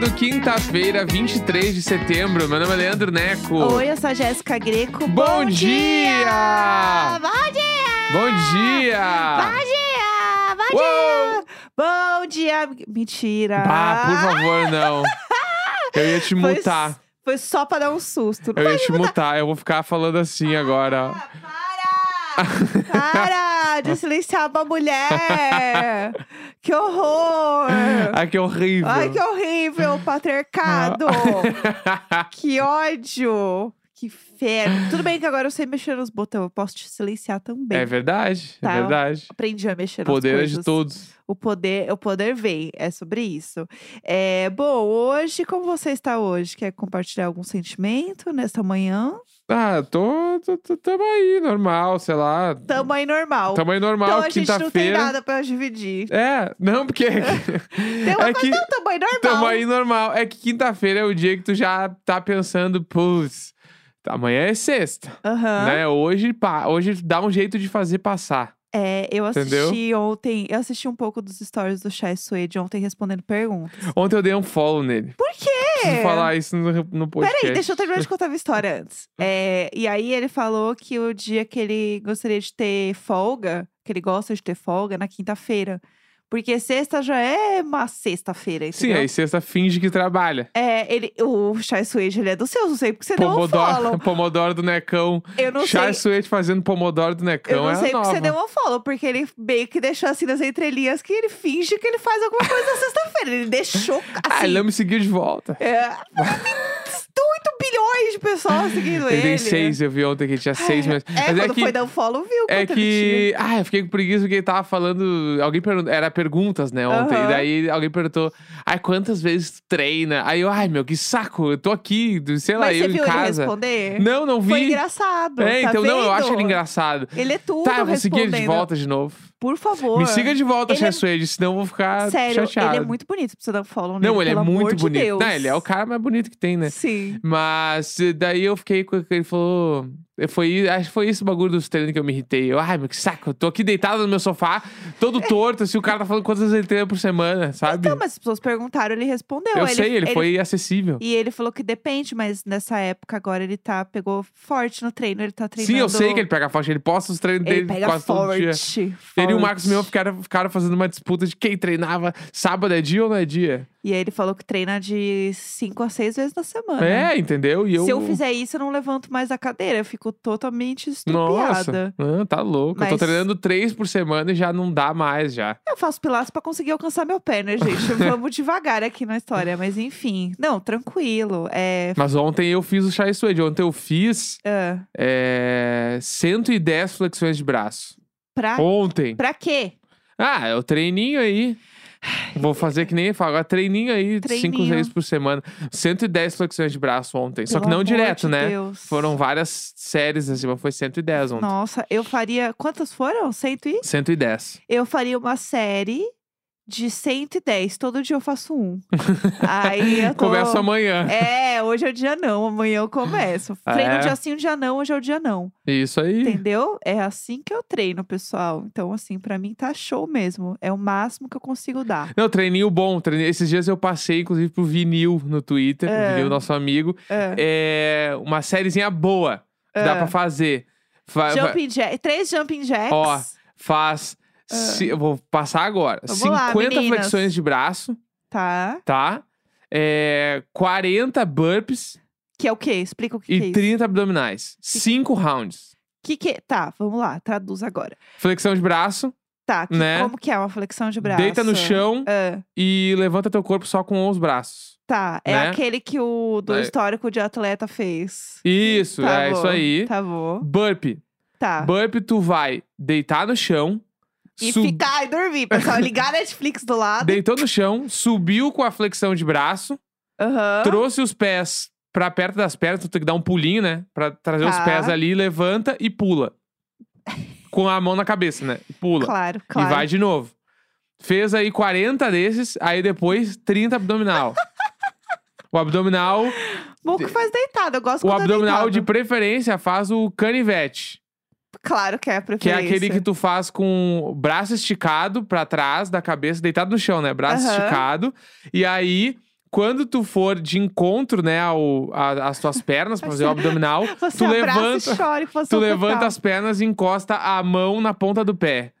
um quinta-feira, 23 de setembro. Meu nome é Leandro Neco. Oi, eu sou a Jéssica Greco. Bom dia! Bom dia! Bom Bom dia! dia! Bom Uou! dia! Bom dia! Mentira! Ah, por favor, não. Eu ia te Foi- mutar. Foi só pra dar um susto. Eu ia te mutar. Eu vou ficar falando assim agora. Ah, Para! Para de silenciar uma mulher! Que horror! Ai, que horrível. Ai, que horrível, patriarcado! que ódio! Que inferno! Tudo bem que agora eu sei mexer nos botões, eu posso te silenciar também. É verdade, Tá. é verdade. Aprendi a mexer Poder é nas coisas. de todos. O poder, o poder vem, é sobre isso. É, bom, hoje, como você está hoje? Quer compartilhar algum sentimento nesta manhã? Ah, tô, tô, tô- tamo aí, normal, sei lá. Tamo aí normal. Tamo aí normal, então a gente não tem quinta-feira. nada pra dividir. É, não, porque. Tem uma é coisa, que não, tamo aí normal. tamo aí normal. É que quinta-feira é o dia que tu já tá pensando, putz, amanhã é sexta. Aham. Né? Hoje, pa- hoje dá um jeito de fazer passar. É, eu assisti Entendeu? ontem, eu assisti um pouco dos stories do Chai Suede ontem respondendo perguntas. Ontem eu dei um follow nele. Por quê? Preciso falar isso no, no podcast. Peraí, deixa eu terminar de contar a história antes. Hum. É, e aí ele falou que o dia que ele gostaria de ter folga, que ele gosta de ter folga, é na quinta-feira. Porque sexta já é uma sexta-feira, Sim, é entendeu? aí sexta finge que trabalha. É, ele, o Chai Suede, ele é do seu, não sei porque você deu um Pomodoro, follow. pomodoro do Necão. Eu não Chai sei. Suete fazendo pomodoro do Necão Eu não é sei porque nova. você deu um follow, porque ele meio que deixou assim nas entrelinhas que ele finge que ele faz alguma coisa na sexta-feira. Ele deixou Ah, ele assim. não me seguiu de volta. é, 8 bilhões de pessoas seguindo ele. né? Ele tem seis, eu vi ontem que ele tinha seis, mas. É, mas quando é que. foi dar o follow, viu? é quanto ele que. Ah, eu fiquei com preguiça porque ele tava falando. Alguém perguntou. Era perguntas, né, ontem. E Aham. daí alguém perguntou. Ai, quantas vezes tu treina? Aí eu, ai, meu, que saco. Eu tô aqui, do- sei tinha. lá, Mas eu você em viu ele casa. responder? não, não vi. Foi engraçado. é, tá então não, eu vendo? acho ele engraçado. Ele é tudo tá, eu vou seguir ele respondendo. de volta de novo. Por favor. Me siga de volta, Ele é- Chai Suede, senão eu vou ficar Sério, chateado. ele é muito bonito pra você dar um follow nele. Não, ele é pelo amor muito de bonito. Deus. Não, ele é o cara mais bonito que tem, né? Sim. Mas eh, daí eu fiquei com. Ele falou. Foi, acho que foi esse bagulho dos treinos que eu me irritei. Eu, ai, meu, que saco. Eu tô aqui deitado no meu sofá, todo torto. assim, o cara tá falando quantas ele treina por semana, sabe? Então, mas as pessoas perguntaram, ele respondeu. eu ele, sei, ele, foi acessível. E ele falou que depende, mas nessa época agora ele tá, pegou forte no treino, ele tá treinando. Sim, eu sei que ele pega forte. Ele posta os treinos Ele dele pega quase todo dia. forte, Ele e o forte. Marcos Mion ficaram, ficaram fazendo uma disputa de quem treinava sábado é dia ou não é dia. E aí ele falou que treina de cinco a seis vezes na semana. É, entendeu? E eu... Se eu fizer isso, eu não levanto mais a cadeira. Eu fico totalmente Nossa, estupiada. ah, tá louco. Eu tô Mas- treinando três por semana e já não dá mais já. Eu faço pilates pra conseguir alcançar meu pé, né, gente? Vamos devagar aqui na história. Mas enfim. Não, tranquilo. É. Mas ontem eu fiz o Chai Suede. Ontem eu fiz ah, é, 110 flexões de braço. pra, Ontem. pra quê? Ah, é o treininho aí. Vou fazer que nem ele fala. Agora, treininho aí, cinco Treininho. vezes por semana. 110 flexões de braço ontem. Só Pelo que não amor direto, de né? Deus. Foram várias séries assim, mas foi 110 ontem. Nossa, eu faria. Quantas foram? Cento e? 110. Eu faria uma série de 110. Todo dia eu faço um. Aí eu tô... Começa amanhã. É, hoje é o dia não, amanhã eu começo. Ah, Treino é? um dia sim, um dia não, hoje é o dia não. Isso aí. Entendeu? É assim que eu treino, pessoal. Então, assim, pra mim tá show mesmo. É o máximo que eu consigo dar. Não, treininho bom. treine- Esses dias eu passei, inclusive, pro Vinil no Twitter, É. o Vinil, nosso amigo. É. É uma sériezinha boa que dá pra fazer. Fa- fa- Jumping jack, três jumping jacks. Ó, faz. ci- eu vou passar agora. Vamos Ah. lá, 50 meninas. flexões de braço, Tá. tá? É, 40 burpees Que é o quê? Explica o que, e que é isso. 30 abdominais. 5 rounds. Que que... Tá, vamos lá, traduz agora. Flexão de braço, Tá, que- Né? como que é uma flexão de braço? deita no chão Ah, e levanta teu corpo só com os braços. tá, é Né? aquele que o do Aí. histórico de atleta fez. Isso, Tá é bom, isso aí. Tá bom. Burpee. Tá. Burpee, tu vai deitar no chão. E sub- ficar e dormir, pessoal. Ligar a Netflix do lado. Deitou no chão, subiu com a flexão de braço, Aham. trouxe os pés pra perto das pernas, tu tem que dar um pulinho, né? Pra trazer os Tá. pés ali, levanta e pula. com a mão na cabeça, né? E Pula. Claro, claro. E vai de novo. Fez aí 40 desses, aí depois 30 abdominal. o abdominal, Bom que faz deitado, eu gosto o quando é abdominal deitado. de preferência faz o canivete. Claro que é a Que é preferência. aquele que tu faz com o braço esticado pra trás da cabeça, deitado no chão, né? Braço Aham. esticado. E aí, Quando tu for de encontro, né, ao, a- às tuas pernas pra fazer o abdominal, Você tu abraça levanta, e chora com tu levanta as pernas e encosta a mão na ponta do pé.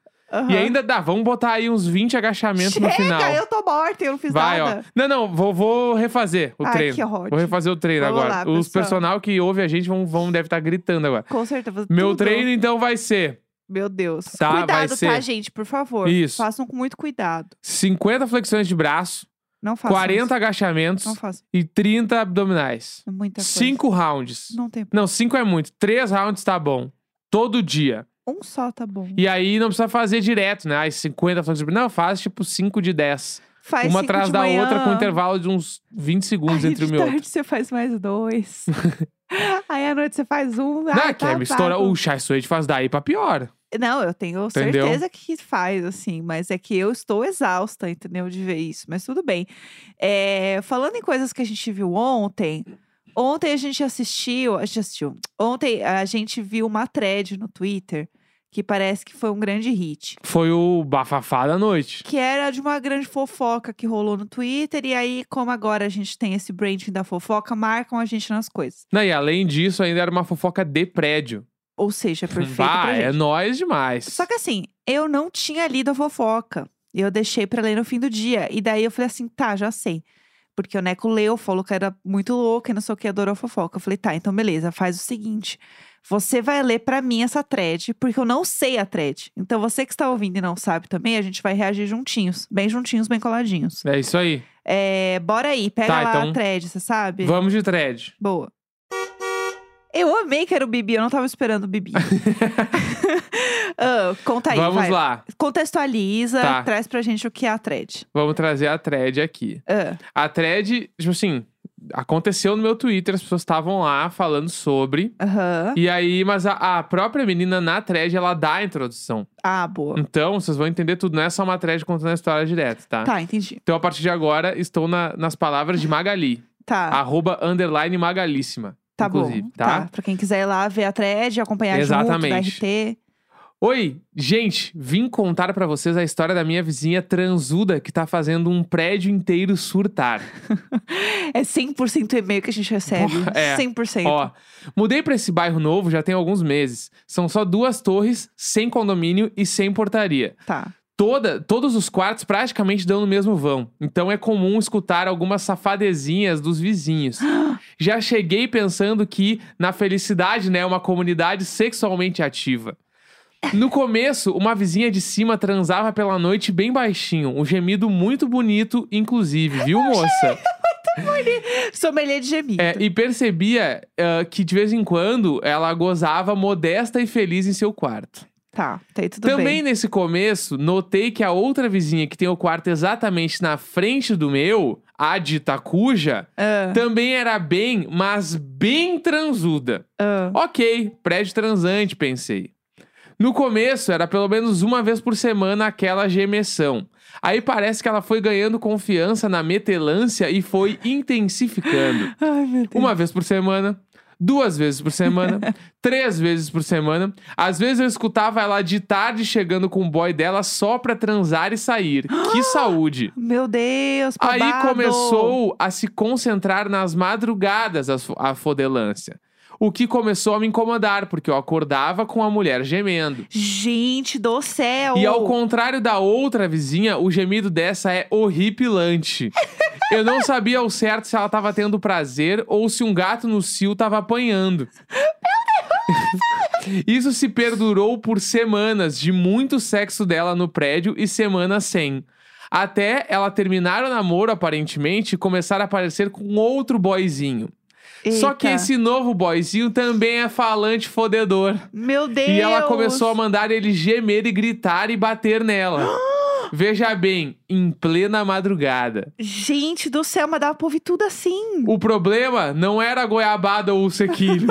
E ainda dá, vamos botar aí uns 20 agachamentos Chega, no final. eu tô morta, eu não fiz Vai, nada. ó. Não, não, vou, vou refazer o Ai, treino. que ódio. Vou refazer o treino Vamos agora. lá, Os pessoal. personal que ouve a gente vão, vão deve estar gritando agora. Com certeza. Meu tudo. treino, então, vai ser Meu Deus. Tá, vai cuidado, tá, ser. gente? Por favor. Isso. Façam com muito cuidado. 50 flexões de braço, Não façam. 40 isso. agachamentos Não façam. e 30 abdominais. É muita coisa. 5 rounds. Não tem. Não, 5 é muito. 3 rounds tá bom. Todo dia. Um só tá bom. E aí não precisa fazer direto, né? Ai, 50 flexões de braço. Não, faz tipo 5 de 10. Faz Uma cinco atrás de da manhã. outra com intervalo de uns 20 segundos Aí entre de uma e outra. tarde você faz mais dois. Aí à noite você faz um. Não, Ai, que tá é mistura. vago. O Chai Suede faz daí pra pior. Não, eu tenho Entendeu? certeza que faz, assim, mas é que eu estou exausta, entendeu? De ver isso, mas tudo bem. É, falando em coisas que a gente viu ontem, ontem a gente assistiu, a gente assistiu. Ontem a gente viu uma thread no Twitter que parece que foi um grande hit. Foi o bafafá da noite. Que era de uma grande fofoca que rolou no Twitter, e aí, como agora a gente tem esse branding da fofoca, marcam a gente nas coisas. Não, e além disso, ainda era uma fofoca de prédio. Ou seja, é perfeito. Bah, pra gente. é nóis demais. Só que assim, eu não tinha lido a fofoca. Eu deixei pra ler no fim do dia. E daí eu falei assim, tá, já sei. Porque o Neco leu, falou que era muito louca e não sei o que, adorou a fofoca. Eu falei, tá, então beleza, faz o seguinte. Você vai ler pra mim essa thread, porque eu não sei a thread. Então você que está ouvindo e não sabe também, a gente vai reagir juntinhos. Bem juntinhos, bem coladinhos. É isso aí. É, bora aí, pega Tá, lá a então- thread, você sabe? Vamos de thread. Boa. Eu amei que era o Bibi, eu não tava esperando o Bibi. Ah, conta aí, Vamos vai. lá. Contextualiza, Tá. traz pra gente o que é a thread. Vamos trazer a thread aqui. Ah, A thread, tipo assim, aconteceu no meu Twitter, as pessoas estavam lá falando sobre. Aham. E aí, mas a, a própria menina na thread, ela dá a introdução. Ah, boa. Então, vocês vão entender tudo. Não é só uma thread contando a história direto, tá? Tá, entendi. Então, a partir de agora, estou na- nas palavras de Magali. Tá, Arroba underline Magalíssima. tá Ah, inclusive, bom. tá? Pra quem quiser ir lá ver a thread, acompanhar Exatamente. junto da RT. Oi, gente, vim contar pra vocês a história da minha vizinha transuda que tá fazendo um prédio inteiro surtar. É 100% e-mail que a gente recebe. Porra, é. 100%. Ó, mudei pra esse bairro novo já tem alguns meses. São só duas torres, sem condomínio e sem portaria. Tá. Toda, todos os quartos praticamente dão no mesmo vão. Então é comum escutar algumas safadezinhas dos vizinhos. Já cheguei pensando que, na felicidade, né, é uma comunidade sexualmente ativa. No começo, uma vizinha de cima transava pela noite bem baixinho. Um gemido muito bonito, inclusive, viu, moça? Sommelier de gemido. É, e percebia ah, que de vez em quando ela gozava modesta e feliz em seu quarto. Tá, tá aí tudo Também bem. nesse começo, notei que a outra vizinha que tem o quarto exatamente na frente do meu, a de Itacuja, Ah, também era bem, mas bem transuda. ah. Ok, prédio transante, pensei. No começo, era pelo menos uma vez por semana aquela gemessão. Aí parece que ela foi ganhando confiança na metelância e foi intensificando. Ai, meu Deus. Uma vez por semana, duas vezes por semana, três vezes por semana. Às vezes eu escutava ela de tarde chegando com o boy dela só pra transar e sair. Que saúde! Meu Deus, Aí babado. começou a se concentrar nas madrugadas a, fo- a fodelância. O que começou a me incomodar, porque eu acordava com a mulher gemendo. Gente do céu! E ao contrário da outra vizinha, o gemido dessa é horripilante. Eu não sabia ao certo se ela tava tendo prazer ou se um gato no cio tava apanhando. Isso se perdurou por semanas de muito sexo dela no prédio e semanas sem. Até ela terminar o namoro, aparentemente, e começar a aparecer com outro boyzinho. Só que Eita. esse novo boyzinho também é falante fodedor. Meu Deus! E ela começou a mandar ele gemer e gritar e bater nela. Veja bem, em plena madrugada. Gente do céu, mas dava pra ouvir tudo assim. O problema não era a goiabada ou o sequilho.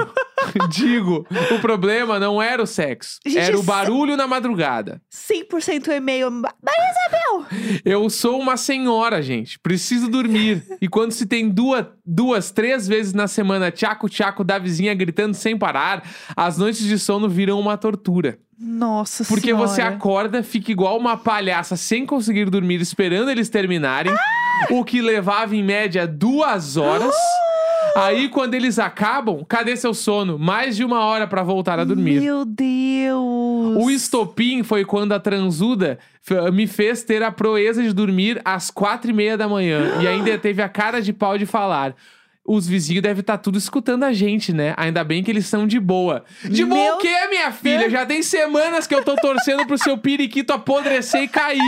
Digo, o problema não era o sexo, Gente, é era o se- barulho na madrugada. 100% e-mail. Ma- Maria Isabel! Eu sou uma senhora, gente. Preciso dormir. E quando se tem duas, duas três vezes na semana tchaco-tchaco da vizinha gritando sem parar, as noites de sono viram uma tortura. Nossa Porque senhora. você acorda, fica igual uma palhaça sem conseguir dormir, esperando eles terminarem. o que levava em média duas horas. Aí, quando eles acabam, cadê seu sono? Mais de uma hora pra voltar a dormir. Meu Deus. O estopim foi quando a transuda f- me fez ter a proeza de dormir às quatro e meia da manhã. e ainda teve a cara de pau de falar. Os vizinhos devem estar tudo escutando a gente, né? Ainda bem que eles são de boa. De boa Meu o quê, minha filha? Já tem semanas que eu tô torcendo pro seu periquito apodrecer e cair.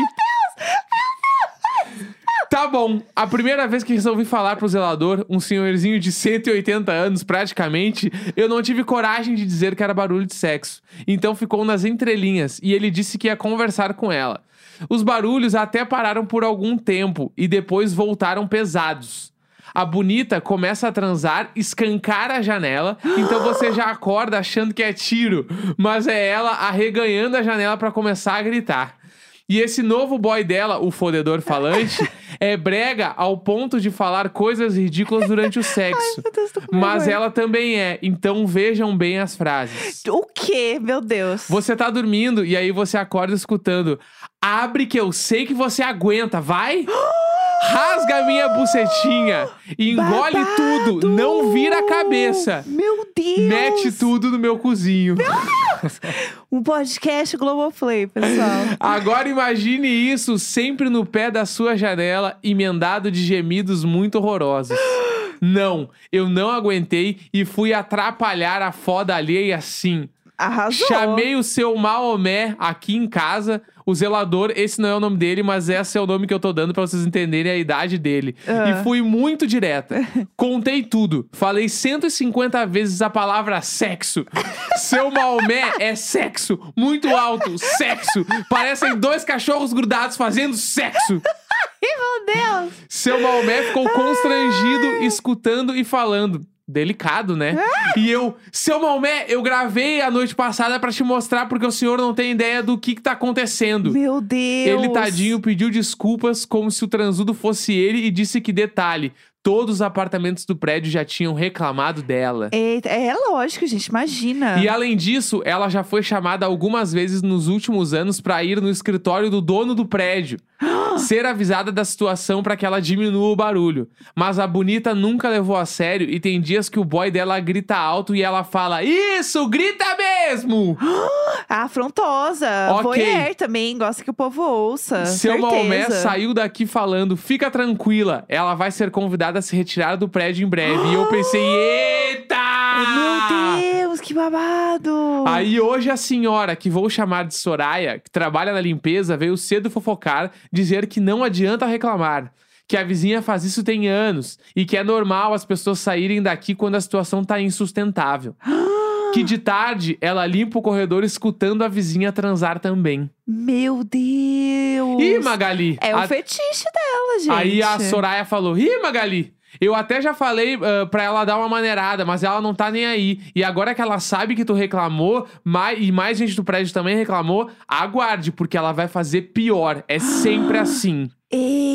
Tá bom. A primeira vez que resolvi falar pro zelador, um senhorzinho de 180 anos praticamente, eu não tive coragem de dizer que era barulho de sexo. Então ficou nas entrelinhas e ele disse que ia conversar com ela. Os barulhos até pararam por algum tempo e depois voltaram pesados. A bonita começa a transar, escancar a janela, então você já acorda achando que é tiro, mas é ela arreganhando a janela pra começar a gritar. E esse novo boy dela, o fodedor falante, é brega ao ponto de falar coisas ridículas durante o sexo. Meu Deus, tô com mas vergonha. ela também é, então vejam bem as frases. O quê? Meu Deus. Você tá dormindo e aí você acorda escutando. Abre que eu sei que você aguenta, vai! Rasga a minha bucetinha, engole tudo, não vira a cabeça. Meu Deus. Mete tudo no meu cozinho. Um podcast Globoplay, pessoal. Agora imagine isso sempre no pé da sua janela, emendado de gemidos muito horrorosos. Não, eu não aguentei e fui atrapalhar a foda alheia sim. Arrasou. Chamei o seu Maomé aqui em casa. O zelador, esse não é o nome dele, mas esse é o nome que eu tô dando pra vocês entenderem a idade dele. Ah. E fui muito direta. Contei tudo. Falei 150 vezes a palavra sexo. seu Maomé é sexo. Muito alto. Sexo. Parecem dois cachorros grudados fazendo sexo. Ih, meu Deus. Seu Maomé ficou Ah! constrangido, escutando e falando. Delicado, né? E eu, seu Maomé, eu gravei a noite passada pra te mostrar porque o senhor não tem ideia do que, que tá acontecendo. Meu Deus. Ele, tadinho, pediu desculpas como se o transudo fosse ele e disse que, detalhe, todos os apartamentos do prédio já tinham reclamado dela. Eita, é lógico, gente. Imagina. E além disso, ela já foi chamada algumas vezes nos últimos anos pra ir no escritório do dono do prédio, ser avisada da situação pra que ela diminua o barulho. Mas a bonita nunca levou a sério e tem dias que o boy dela grita alto e ela fala: "Isso, grita mesmo!". A afrontosa. Ok. Voyeur também. Gosta que o povo ouça. Seu Ah, certeza. Maomé saiu daqui falando: "Fica tranquila, ela vai ser convidada a se retirar do prédio em breve". E eu pensei: "Eita!". Meu Deus, que babado. Aí hoje a senhora, que vou chamar de Soraya, que trabalha na limpeza, veio cedo fofocar, dizer que não adianta reclamar. Que a vizinha faz isso tem anos e que é normal as pessoas saírem daqui quando a situação tá insustentável. Que de tarde ela limpa o corredor escutando a vizinha transar também. Meu Deus. Ih, Magali! É o a- fetiche dela, gente. Aí a Soraya falou: Ih, Magali, eu até já falei ah, pra ela dar uma maneirada, mas ela não tá nem aí. E agora que ela sabe que tu reclamou, mai- e mais gente do prédio também reclamou, aguarde, porque ela vai fazer pior. É sempre assim.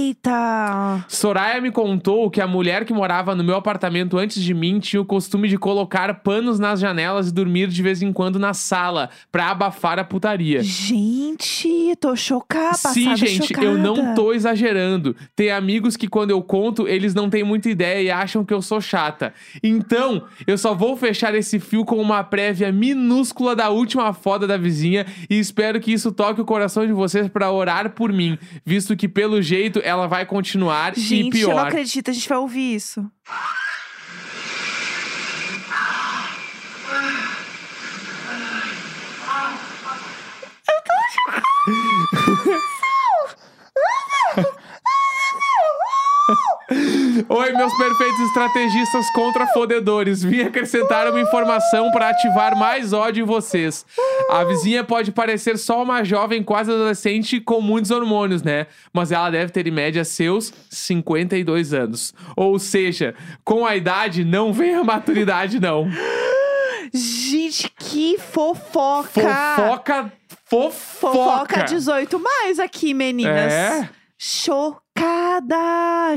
Eita. Soraya me contou que a mulher que morava no meu apartamento antes de mim tinha o costume de colocar panos nas janelas e dormir de vez em quando na sala pra abafar a putaria. Gente, tô chocada. Sim, passada gente, eu não chocada. tô exagerando. Tem amigos que quando eu conto, eles não têm muita ideia e acham que eu sou chata. Então, eu só vou fechar esse fio com uma prévia minúscula da última foda da vizinha e espero que isso toque o coração de vocês pra orar por mim, visto que pelo jeito ela vai continuar e Gente, eu não pior. acredito, a gente vai ouvir isso. Oi, meus perfeitos estrategistas contra fodedores. Vim acrescentar uma informação para ativar mais ódio em vocês. A vizinha pode parecer só uma jovem quase adolescente com muitos hormônios, né? Mas ela deve ter em média seus 52 anos. Ou seja, com a idade não vem a maturidade, não. Gente, que fofoca! Fofoca, Fofoca fofoca. 18 mais aqui, meninas. É? Chocada!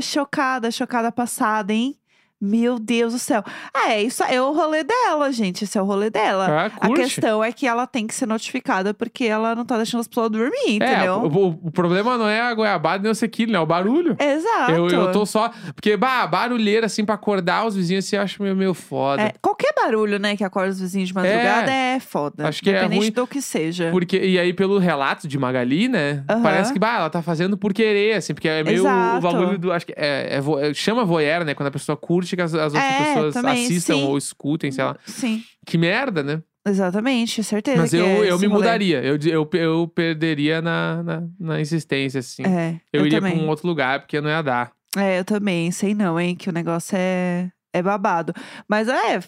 Chocada, chocada passada, hein? Meu Deus do céu. Ah, é, isso é o rolê dela, gente. Esse é o rolê dela. Ah, a curte. questão é que ela tem que ser notificada porque ela não tá deixando as pessoas dormir, é, entendeu? o, o- o problema não é a goiabada nem o sequilho, né? É o barulho. Exato. Eu, eu tô só. Porque, bah, barulheira, assim, pra acordar os vizinhos, assim, eu acho meio, meio foda. É, qualquer barulho, né, que acorda os vizinhos de madrugada é, foda. Acho que é Independente ruim- do que seja. Porque, e aí, pelo relato de Magali, né? Aham. Parece que bah, ela tá fazendo por querer, assim, porque é meio Exato. o bagulho do. Acho que é, é vo- é- chama voyeur, né? Quando a pessoa curte que as, as outras É, pessoas também, assistam sim. ou escutem, sei lá. Sim, Que merda, né? exatamente, certeza. Mas que eu, é eu esse me rolê. mudaria. Eu, de- eu, eu perderia na, na, na existência, assim. É, eu, eu, iria também. pra um outro lugar, porque não ia dar. É, eu também, sei não, hein, que o negócio é, é babado. Mas é,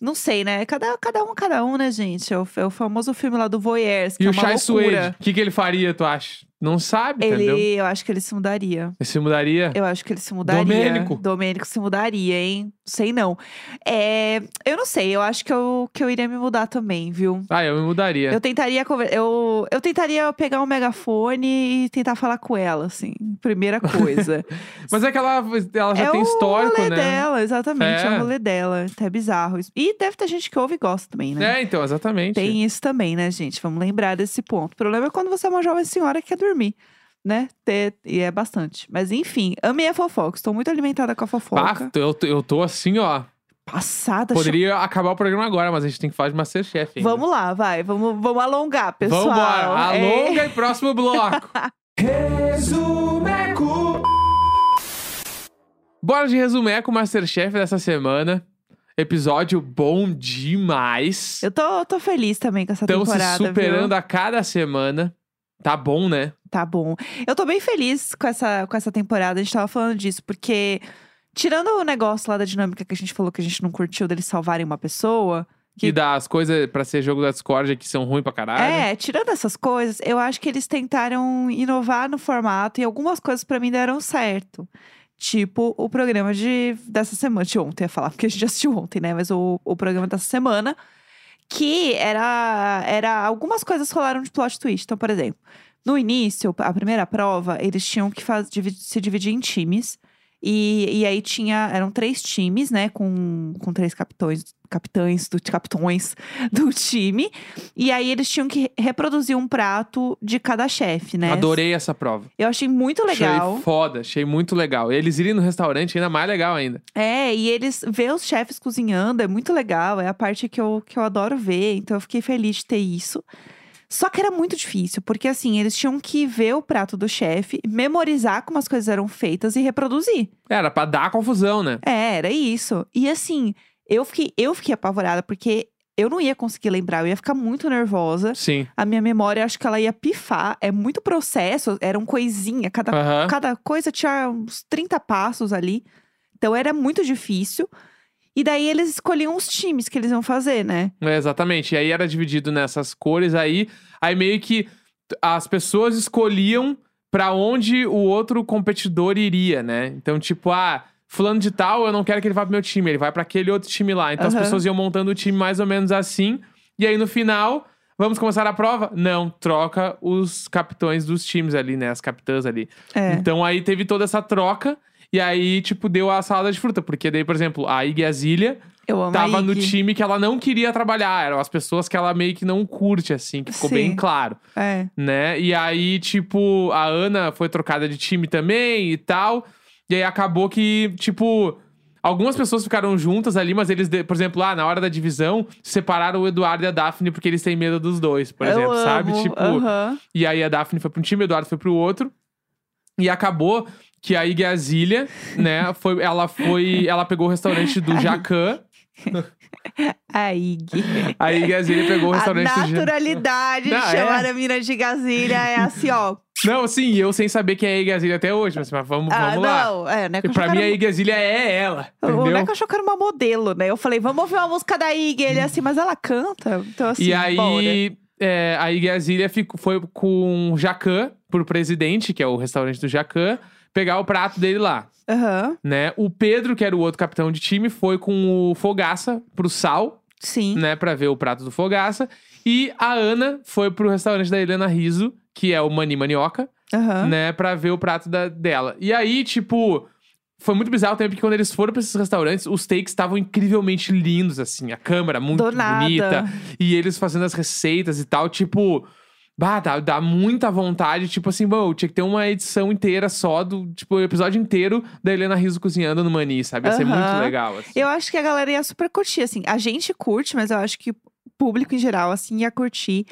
não sei, né? Cada, cada um, cada um, né, gente? É o, é o famoso filme lá do Voyeurs, que E é o uma Chai Suede, loucura. o que, que ele faria, tu acha? Não sabe, entendeu? Ele, eu acho que ele se mudaria. Ele se mudaria. Eu acho que ele se mudaria. Domênico. Domênico se mudaria, hein? Sei não. É, eu não sei, eu acho que eu, que eu iria me mudar também, viu? Ah, eu me mudaria. Eu tentaria conver- eu, eu tentaria pegar um megafone e tentar falar com ela, assim. Primeira coisa. Mas é que ela, ela já é tem o histórico, rolê né? dela, exatamente. É. É. o rolê dela. Até bizarro. isso. E deve ter gente que ouve e gosta também, né? É, então, exatamente. Tem isso também, né, gente? Vamos lembrar desse ponto. O problema é quando você é uma jovem senhora que quer dormir, né? Ter- E é bastante. Mas enfim, amei a fofoca. Estou muito alimentada com a fofoca. Bah, eu, tô- eu tô assim, ó. Passada, Poderia acabar o programa agora, mas a gente tem que falar de Masterchef. chata. ainda. Vamos lá, vai. Vamos, né? vamos alongar, pessoal. Vambora. É. Alonga e próximo bloco. Resumeco. Bora de resumeco Masterchef dessa semana. Episódio bom demais. Eu tô, tô feliz também com essa Estamos se temporada. viu? superando a cada semana. Tá bom, né? Tá bom. Eu tô bem feliz com essa, com essa temporada. A gente tava falando disso, porque tirando o negócio lá da dinâmica que a gente falou que a gente não curtiu deles salvarem uma pessoa. Que- Que dá as coisas pra ser jogo da Discord que são ruins pra caralho. é, tirando essas coisas, eu acho que eles tentaram inovar no formato e algumas coisas pra mim deram certo. Tipo, o programa de, dessa semana, de ontem, eu ia falar, porque a gente assistiu ontem, né? Mas o, o programa dessa semana, que era, era. Algumas coisas rolaram de plot twist. Então, por exemplo, no início, a primeira prova, eles tinham que faz- divi- se dividir em times. E, e aí tinha. Eram três times, né? Com, com três capitões, capitães, do, capitões do time. E aí eles tinham que reproduzir um prato de cada chefe, né? Adorei essa prova. Eu achei muito legal. Achei foda, achei muito legal. Eles irem no restaurante ainda mais legal ainda. É, e eles ver os chefes cozinhando é muito legal, é a parte que eu, que eu adoro ver, então eu fiquei feliz de ter isso. Só que era muito difícil, porque assim, eles tinham que ver o prato do chefe, memorizar como as coisas eram feitas e reproduzir. Era pra dar confusão, né? É, era isso. E assim, eu fiquei, eu fiquei apavorada, porque eu não ia conseguir lembrar, eu ia ficar muito nervosa. Sim. A minha memória, acho que ela ia pifar. É muito processo, eram coisinha, cada Aham. Cada coisa tinha uns 30 passos ali. Então era muito difícil. E daí eles escolhiam os times que eles iam fazer, né? É, exatamente. E aí era dividido nessas cores aí. Aí meio que t- as pessoas escolhiam pra onde o outro competidor iria, né? Então, tipo, ah, fulano de tal, eu não quero que ele vá pro meu time, ele vai pra aquele outro time lá. Então Aham. as pessoas iam montando o time mais ou menos assim. E aí no final, vamos começar a prova? Não, troca os capitões dos times ali, né? As capitãs ali. É. Então aí teve toda essa troca. E aí, tipo, deu a salada de fruta. Porque daí, por exemplo, a Iggy Azalea Eu amo tava a no Iggy. time que ela não queria trabalhar. Eram as pessoas que ela meio que não curte, assim, que ficou Sim. bem claro, É. né? E aí, tipo, a Ana foi trocada de time também e tal. E aí acabou que, tipo. Algumas pessoas ficaram juntas ali, mas eles, de- por exemplo, lá na hora da divisão, separaram o Eduardo e a Daphne porque eles têm medo dos dois, por Eu exemplo, sabe? amo. Tipo, Aham. e aí a Daphne foi pra um time, o Eduardo foi pro outro. E acabou que a Iggy Azalea, né, foi, ela foi, ela pegou o restaurante do Jacan. A Ig. A Iggy Azalea pegou o A restaurante do Jacan. naturalidade Não, de é. chamar a mina de Gazilha é assim, ó. Não, sim, eu sem saber quem é a Iggy Azalea até hoje, mas, mas vamos, ah, vamos lá. não. É, né? E pra mim a Iggy Azalea é ela, O entendeu? Neco achou que era uma modelo, né? Eu falei, vamos ouvir uma música da Ig. Ele assim, mas ela canta. Então, assim, E aí bora. é, a Iggy Azalea ficou, foi com o Jacan, pro presidente, que é o restaurante do Jacan, pegar o prato dele lá. Aham. né? O Pedro, que era o outro capitão de time, foi com o Fogaça pro Sal, Sim. né? Pra ver o prato do Fogaça. E a Ana foi pro restaurante da Helena Riso, que é o Mani Manioca, Aham. né? Pra ver o prato da, dela. E aí, tipo, Foi muito bizarro também, porque quando eles foram pra esses restaurantes, os takes estavam incrivelmente lindos, assim. A câmera muito Do nada. bonita. E eles fazendo as receitas e tal, tipo. Bah, dá, dá muita vontade, tipo assim, bom, tinha que ter uma edição inteira só do, tipo, o episódio inteiro da Helena Riso cozinhando no Mani, sabe? Ia ser muito Aham. legal, assim. Eu acho que a galera ia super curtir, assim. A gente curte, mas eu acho que o público em geral, assim, ia curtir.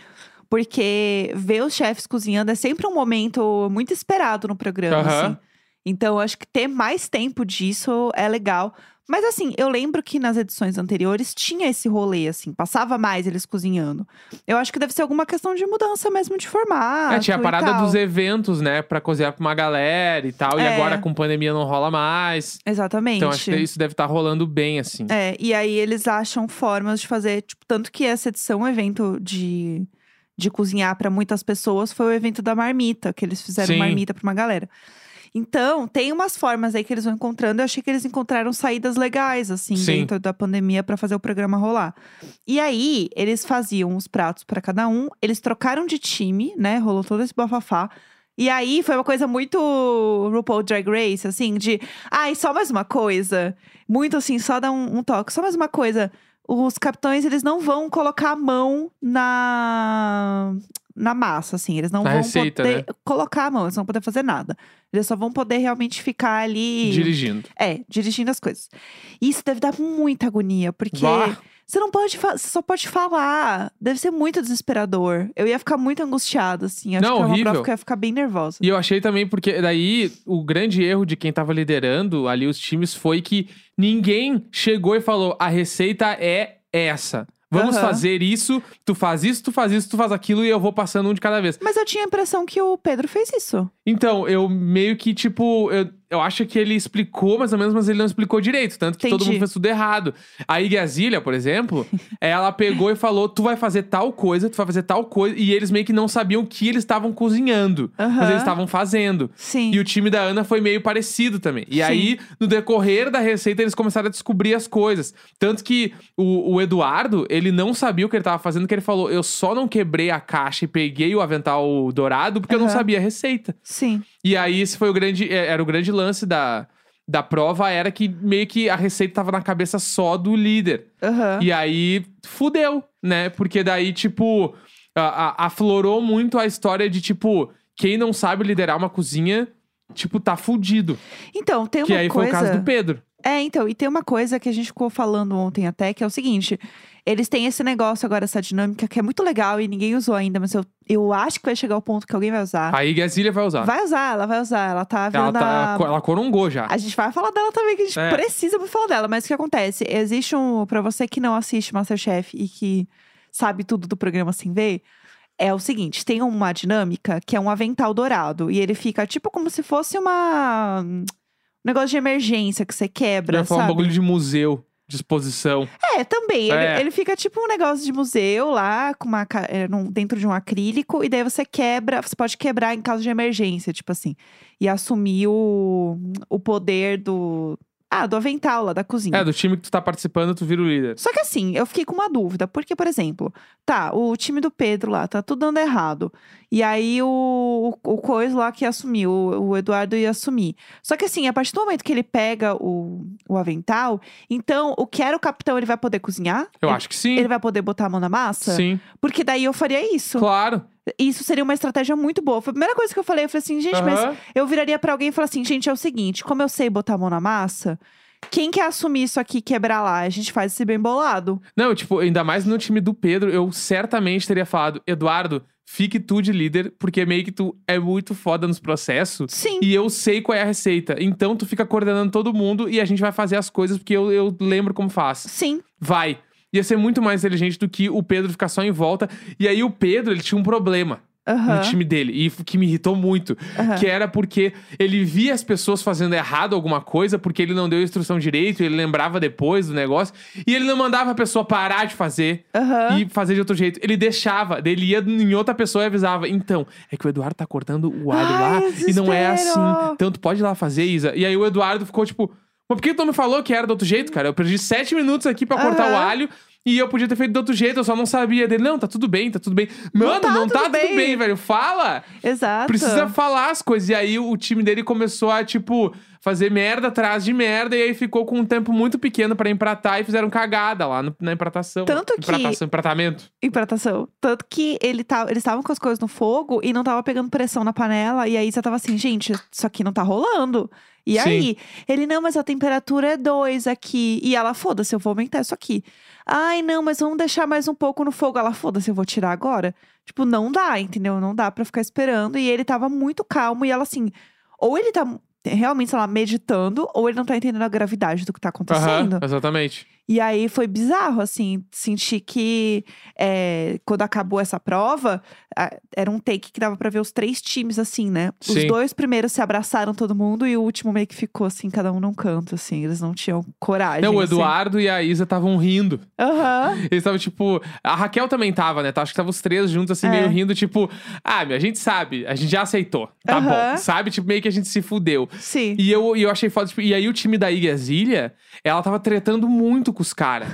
Porque ver os chefes cozinhando é sempre um momento muito esperado no programa, Aham. assim. Então, eu acho que ter mais tempo disso é legal. Mas, assim, eu lembro que nas edições anteriores tinha esse rolê, assim. Passava mais eles cozinhando. Eu acho que deve ser alguma questão de mudança mesmo de formato É, tinha a e parada tal. dos eventos, né? Pra cozinhar pra uma galera e tal. E É. agora com pandemia não rola mais. Exatamente. Então acho que isso deve estar rolando bem, assim. É, e aí eles acham formas de fazer, tipo, tanto que essa edição, o evento de, de cozinhar para muitas pessoas, foi o evento da marmita, que eles fizeram Sim. marmita para uma galera. Então, tem umas formas aí que eles vão encontrando. Eu achei que eles encontraram saídas legais, assim, Sim. dentro da pandemia para fazer o programa rolar. E aí, eles faziam os pratos para cada um, eles trocaram de time, né? Rolou todo esse bafafá. E aí, foi uma coisa muito RuPaul Drag Race, assim, de. Ai, só mais uma coisa. Muito assim, só dá um, um toque. Só mais uma coisa. Os capitães, eles não vão colocar a mão na. Na massa, assim, eles não Na vão receita, poder né? colocar a mão, eles não vão poder fazer nada. Eles só vão poder realmente ficar ali. Dirigindo. É, dirigindo as coisas. Isso deve dar muita agonia, porque Bah. você não pode, fa- você só pode falar. Deve ser muito desesperador. Eu ia ficar muito angustiada, assim. Acho Não, que é uma horrível. prova que eu ia ficar bem nervosa. E eu achei também, porque daí o grande erro de quem tava liderando ali os times foi que ninguém chegou e falou: a receita é essa. Vamos Aham. fazer isso, tu faz isso, tu faz isso, tu faz aquilo e eu vou passando um de cada vez. Mas eu tinha a impressão que o Pedro fez isso. Então, eu meio que, tipo, eu, eu acho que ele explicou mais ou menos, mas ele não explicou direito. Tanto que todo Entendi. mundo fez tudo errado. A Igazilha, por exemplo, ela pegou e falou: tu vai fazer tal coisa, tu vai fazer tal coisa. E eles meio que não sabiam o que eles estavam cozinhando, mas Aham. eles estavam fazendo. Sim. E o time da Ana foi meio parecido também. E Sim. aí, no decorrer da receita, eles começaram a descobrir as coisas. Tanto que o, o Eduardo, ele não sabia o que ele tava fazendo, que ele falou: Eu só não quebrei a caixa e peguei o avental dourado porque eu não Aham. sabia a receita. Sim. E aí, esse foi o grande. é- Era o grande lance da, da prova, era que meio que a receita tava na cabeça só do líder. Aham. E aí, fudeu, né? Porque daí, tipo, a- a- aflorou muito a história de, tipo, quem não sabe liderar uma cozinha, tipo, tá fudido. Então, tem que uma aí coisa. foi o caso do Pedro. É, então, e tem uma coisa que a gente ficou falando ontem até, que é o seguinte: eles têm esse negócio agora, essa dinâmica, que é muito legal e ninguém usou ainda, mas eu, eu acho que vai chegar o ponto que alguém vai usar. Aí Gazília vai usar. Ah. Vai usar, ela vai usar. Ela tá ela, virando tá, a- ela, corongou já. a gente vai falar dela também, que a gente É. precisa muito falar dela. Mas o que acontece? Existe um. Pra você que não assiste Masterchef e que sabe tudo do programa sem ver, é o seguinte: tem uma dinâmica que é um avental dourado. E ele fica tipo como se fosse uma. Um negócio de emergência que você quebra. Vai falar um sabe? bagulho de museu, de exposição. É, também. Ele, É. ele fica tipo um negócio de museu lá, com uma, ca- é, num- dentro de um acrílico, e daí você quebra, você pode quebrar em caso de emergência, tipo assim. E assumir o, o poder do. Ah, do avental lá da cozinha. É, do time que tu tá participando, tu vira o líder. Só que assim, eu fiquei com uma dúvida, porque, por exemplo, tá, o time do Pedro lá, tá tudo dando errado. E aí o, o, o Cois lá que assumiu, o, o Eduardo ia assumir. Só que assim, a partir do momento que ele pega o, o avental, então o que era o capitão, ele vai poder cozinhar? Eu Ele- acho que sim. ele vai poder botar a mão na massa? Sim, Porque daí eu faria isso. claro. Isso seria uma estratégia muito boa. Foi a primeira coisa que eu falei. Eu falei assim, gente, mas Aham. eu viraria pra alguém e falaria assim, gente, é o seguinte, como eu sei botar a mão na massa, quem quer assumir isso aqui e quebrar lá? A gente faz esse bem bolado. Não, tipo, ainda mais no time do Pedro, eu certamente teria falado, Eduardo, fique tu de líder, porque meio que tu é muito foda nos processos. Sim. E eu sei qual é a receita. Então tu fica coordenando todo mundo e a gente vai fazer as coisas porque eu, eu lembro como faz. Sim. Vai. Ia ser muito mais inteligente do que o Pedro ficar só em volta. E aí o Pedro, ele tinha um problema Aham. no time dele. E f- que me irritou muito. aham. Que era porque ele via as pessoas fazendo errado alguma coisa, porque ele não deu instrução direito, ele lembrava depois do negócio, e ele não mandava a pessoa parar de fazer Aham. e fazer de outro jeito. Ele deixava, daí ele ia em outra pessoa e avisava. Então, é que o Eduardo tá cortando o alho Ai, lá e não é assim. desespero. Então tu pode ir lá fazer, Isa. E aí o Eduardo ficou tipo, mas por que tu não me falou que era do outro jeito, cara? Eu perdi sete minutos aqui pra cortar o Aham. alho. E eu podia ter feito de outro jeito, eu só não sabia dele. Não, tá tudo bem, tá tudo bem. Mano, não tá, tudo, bem. velho. Fala! Exato. Precisa falar as coisas. E aí o time dele começou a, tipo, fazer merda atrás de merda. E aí ficou com um tempo muito pequeno pra empratar e fizeram cagada lá no- na empratação. Tanto que- Empratação, empratamento. Hidratação. Tanto que ele tá, eles estavam com as coisas no fogo e não tava pegando pressão na panela. E aí você tava assim, gente, isso aqui não tá rolando. E Sim. aí? Ele, não, mas a temperatura é 2 aqui. E ela, foda-se, eu vou aumentar isso aqui. Ai, não, mas vamos deixar mais um pouco no fogo. Ela, foda-se, eu vou tirar agora. Tipo, não dá, entendeu? Não dá pra ficar esperando. E ele tava muito calmo. E ela, assim, ou ele tá realmente, sei lá, meditando, ou ele não tá entendendo a gravidade do que tá acontecendo. Aham, exatamente. E aí foi bizarro, assim, sentir que é, quando acabou essa prova, a- era um take que dava pra ver os três times, assim, né? Os Sim. dois primeiros se abraçaram todo mundo e o último meio que ficou, assim, cada um num canto, assim, eles não tinham coragem. Não, o assim. Eduardo e a Isa estavam rindo. Aham. Eles estavam, tipo. A Raquel também tava, né? Tá? Acho que tava os três juntos, assim, É. meio rindo, tipo, ah, meu, a gente sabe, a gente já aceitou. Tá Aham. bom. Sabe? Tipo, meio que a gente se fudeu. Sim. E eu, e eu achei foda. tipo, e aí o time da Igazilha, ela tava tretando muito com os caras.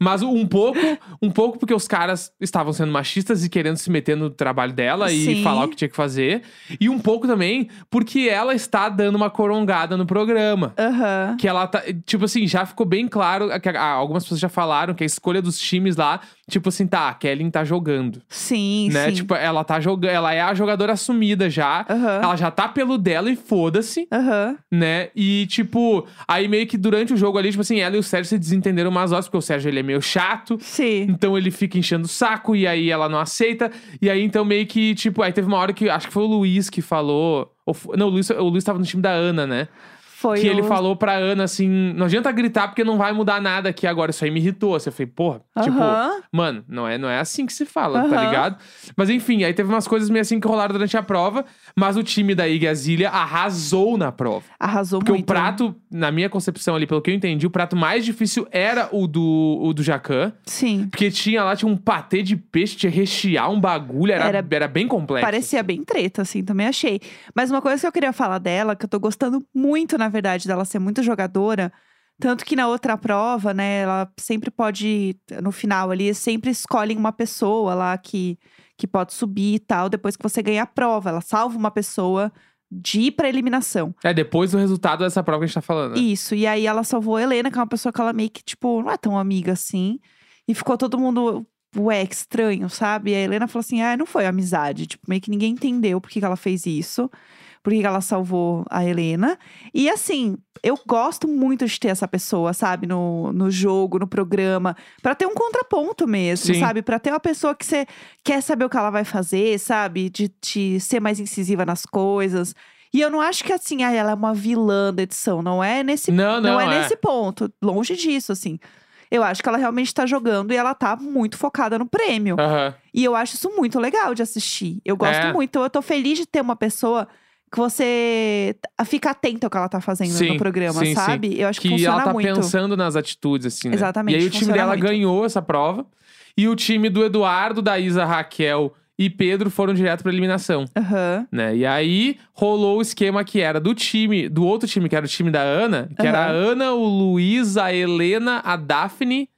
Mas um pouco, um pouco porque os caras estavam sendo machistas e querendo se meter no trabalho dela Sim. e falar o que tinha que fazer. E um pouco também porque ela está dando uma corongada no programa. Aham. Que ela tá. Tipo assim, já ficou bem claro. que a- algumas pessoas já falaram que a escolha dos times lá, tipo assim, tá, a Kellen tá jogando. Sim, né? sim. Tipo, ela tá jogando. Ela é a jogadora assumida já. Aham. Ela já tá pelo dela e foda-se Aham. né? E, tipo, aí meio que durante o jogo ali, tipo assim, ela e o Sérgio se desentenderam umas horas, porque o Sérgio ele é meio chato. Sim. Então ele fica enchendo o saco e aí ela não aceita. E aí então meio que, tipo, aí teve uma hora que acho que foi o Luiz que falou. ou fo- não, o Luiz, o Luiz tava no time da Ana, né? Foi que ele o- falou pra Ana assim: não adianta gritar porque não vai mudar nada aqui agora. Isso aí me irritou. Assim, eu falei, porra, tipo, Aham. Mano, não é, não é assim que se fala, tá Aham. ligado? Mas enfim, aí teve umas coisas meio assim que rolaram durante a prova, mas o time da Igazilha arrasou na prova. Arrasou Porque muito. o prato, na minha concepção ali, pelo que eu entendi, o prato mais difícil era o do, o do Jacan. Sim. Porque tinha lá, tinha um patê de peixe, tinha rechear um bagulho, era, Era- era, bem complexo. Parecia bem treta, assim, também achei. Mas uma coisa que eu queria falar dela, que eu tô gostando muito, na verdade, dela ser muito jogadora. Tanto que na outra prova, né, ela sempre pode, no final ali, sempre escolhem uma pessoa lá que, que pode subir e tal, depois que você ganha a prova. Ela salva uma pessoa de ir pra eliminação. É, depois do resultado dessa prova que a gente tá falando. né? Isso, e aí ela salvou a Helena, que é uma pessoa que ela meio que, tipo, não é tão amiga assim. E ficou todo mundo, ué, que estranho, sabe? E a Helena falou assim: ah, não foi amizade. Tipo, meio que ninguém entendeu por que, que ela fez isso, por que, que ela salvou a Helena. E assim, eu gosto muito de ter essa pessoa, sabe, no, no jogo, no programa, pra ter um contraponto mesmo, Sim. sabe? Pra ter uma pessoa que você quer saber o que ela vai fazer, sabe? De, de ser mais incisiva nas coisas. E eu não acho que assim, ah, ela é uma vilã da edição, não é nesse não, não, é, nesse ponto, longe disso, assim. Eu acho que ela realmente tá jogando e ela tá muito focada no prêmio. Aham. E eu acho isso muito legal de assistir. Eu gosto É. muito, eu tô feliz de ter uma pessoa que você t- fica atento ao que ela tá fazendo Sim, no programa, sim, sim. sabe? Eu acho que, que funciona ela tá muito. pensando nas atitudes, assim, né? Exatamente, E aí o time funciona dela muito. ganhou essa prova. E o time do Eduardo, da Isa, Raquel e Pedro foram direto pra eliminação. Aham. né? E aí rolou o esquema que era do time, do outro time, que era o time da Ana, que era a Ana, o Luiz, a Helena, a Daphne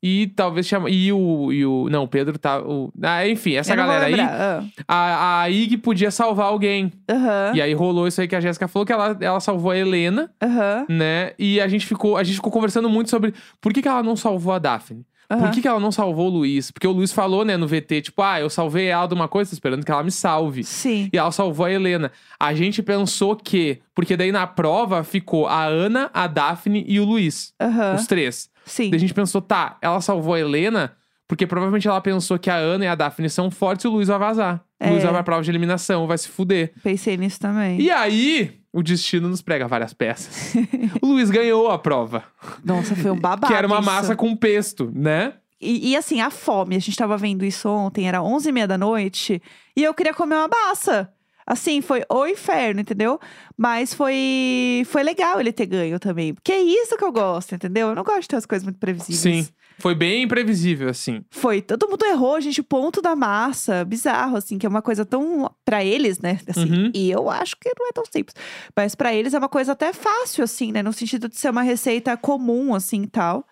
e talvez chama e o, e o não, o Pedro tá, o, ah, enfim, essa Eu não vou galera aí, lembrar. a, a Ig podia salvar alguém. Ah, Aham. E aí rolou isso aí que a Jéssica falou que ela, ela salvou a Helena, Aham. né? E a gente ficou, a gente ficou conversando muito sobre por que, que ela não salvou a Daphne. Por aham. que, que ela não salvou o Luiz? Porque o Luiz falou, né, no VT, tipo, ah, eu salvei ela de uma coisa, tô esperando que ela me salve Sim. e ela salvou a Helena. A gente pensou que, porque daí na prova ficou a Ana, a Daphne e o Luiz, Aham. os três. Sim. Daí a gente pensou, tá, ela salvou a Helena porque provavelmente ela pensou que a Ana e a Daphne são fortes e o Luiz vai vazar. É. O Luiz vai pra prova de eliminação, vai se fuder. Pensei nisso também. E aí, o destino nos prega várias peças. o Luiz ganhou a prova, Nossa, foi um babado. que era uma isso. massa com pesto, né? E, e, assim, a fome. A gente tava vendo isso ontem, era 11h30 da noite. E eu queria comer uma baça. Assim, foi o inferno, entendeu? Mas foi, foi legal ele ter ganho também. Porque é isso que eu gosto, entendeu? Eu não gosto de ter as coisas muito previsíveis. Sim. Foi bem imprevisível, assim. Foi, todo mundo errou, gente, o ponto da massa, bizarro, assim, que é uma coisa tão, Pra eles, né, assim, Uhum. e eu acho que não é tão simples, mas pra eles é uma coisa até fácil, assim, né, no sentido de ser uma receita comum, assim, e tal,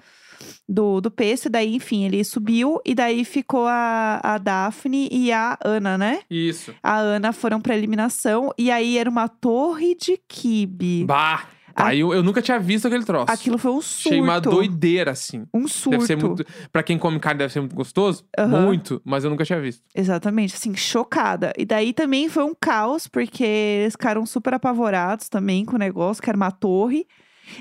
do, do Peço. E daí, enfim, ele subiu. E daí ficou a, a Daphne e a Ana, né? Isso. A Ana foram pra eliminação. E aí era uma torre de kibe. Bah! A- Aí eu, eu nunca tinha visto aquele troço. Aquilo foi um surto. Achei uma doideira, assim. Um surto. Deve ser muito. Pra quem come carne, deve ser muito gostoso. Aham. Muito, mas eu nunca tinha visto. Exatamente, assim, chocada. E daí também foi um caos, porque eles ficaram super apavorados também com o negócio, que era uma torre.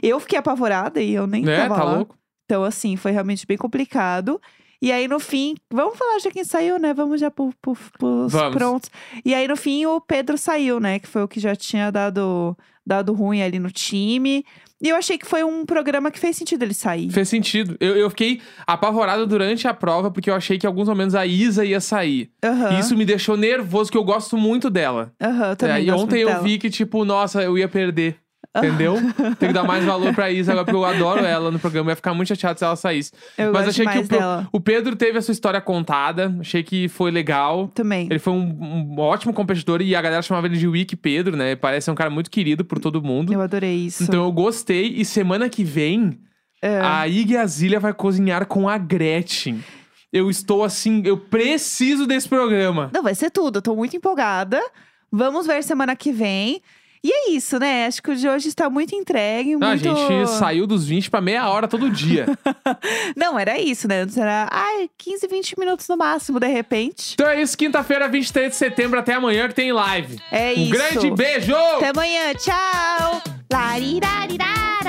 Eu fiquei apavorada e eu nem né? tava Tá lá. louco? Então, assim, foi realmente bem complicado. E aí, no fim, vamos falar de quem saiu, né? Vamos já pro, pro, pros Vamos. prontos. E aí, no fim, o Pedro saiu, né? Que foi o que já tinha dado, dado ruim ali no time. E eu achei que foi um programa que fez sentido ele sair. Fez sentido. Eu, eu fiquei apavorado durante a prova, porque eu achei que em alguns momentos a Isa ia sair. Aham. E isso me deixou nervoso, que eu gosto muito dela. Aham, eu também. É, e gosto ontem muito eu dela. vi que, tipo, nossa, eu ia perder. Entendeu? Tem que dar mais valor pra Isa agora, porque eu adoro ela no programa. Eu ia ficar muito chateado se ela saísse. Eu Mas gosto achei que demais o, pro- dela. o Pedro teve a sua história contada. Achei que foi legal. Também. Ele foi um, um ótimo competidor e a galera chamava ele de Wiki Pedro, né? Parece ser um cara muito querido por todo mundo. Eu adorei isso. Então eu gostei. E semana que vem, É. a Ig e a Zília vai cozinhar com a Gretchen. Eu estou assim, eu preciso desse programa. Não, vai ser tudo. Eu tô muito empolgada. Vamos ver semana que vem. E é isso, né? Acho que o de hoje está muito entregue. Não, muito... A Ah, gente saiu dos 20 pra meia hora todo dia. Não, era isso, né? Antes era ai, 15, 20 minutos no máximo, de repente. então é isso, quinta-feira, 23 de setembro, até amanhã que tem live. É um isso. grande beijo! Até amanhã. Tchau. Larirari.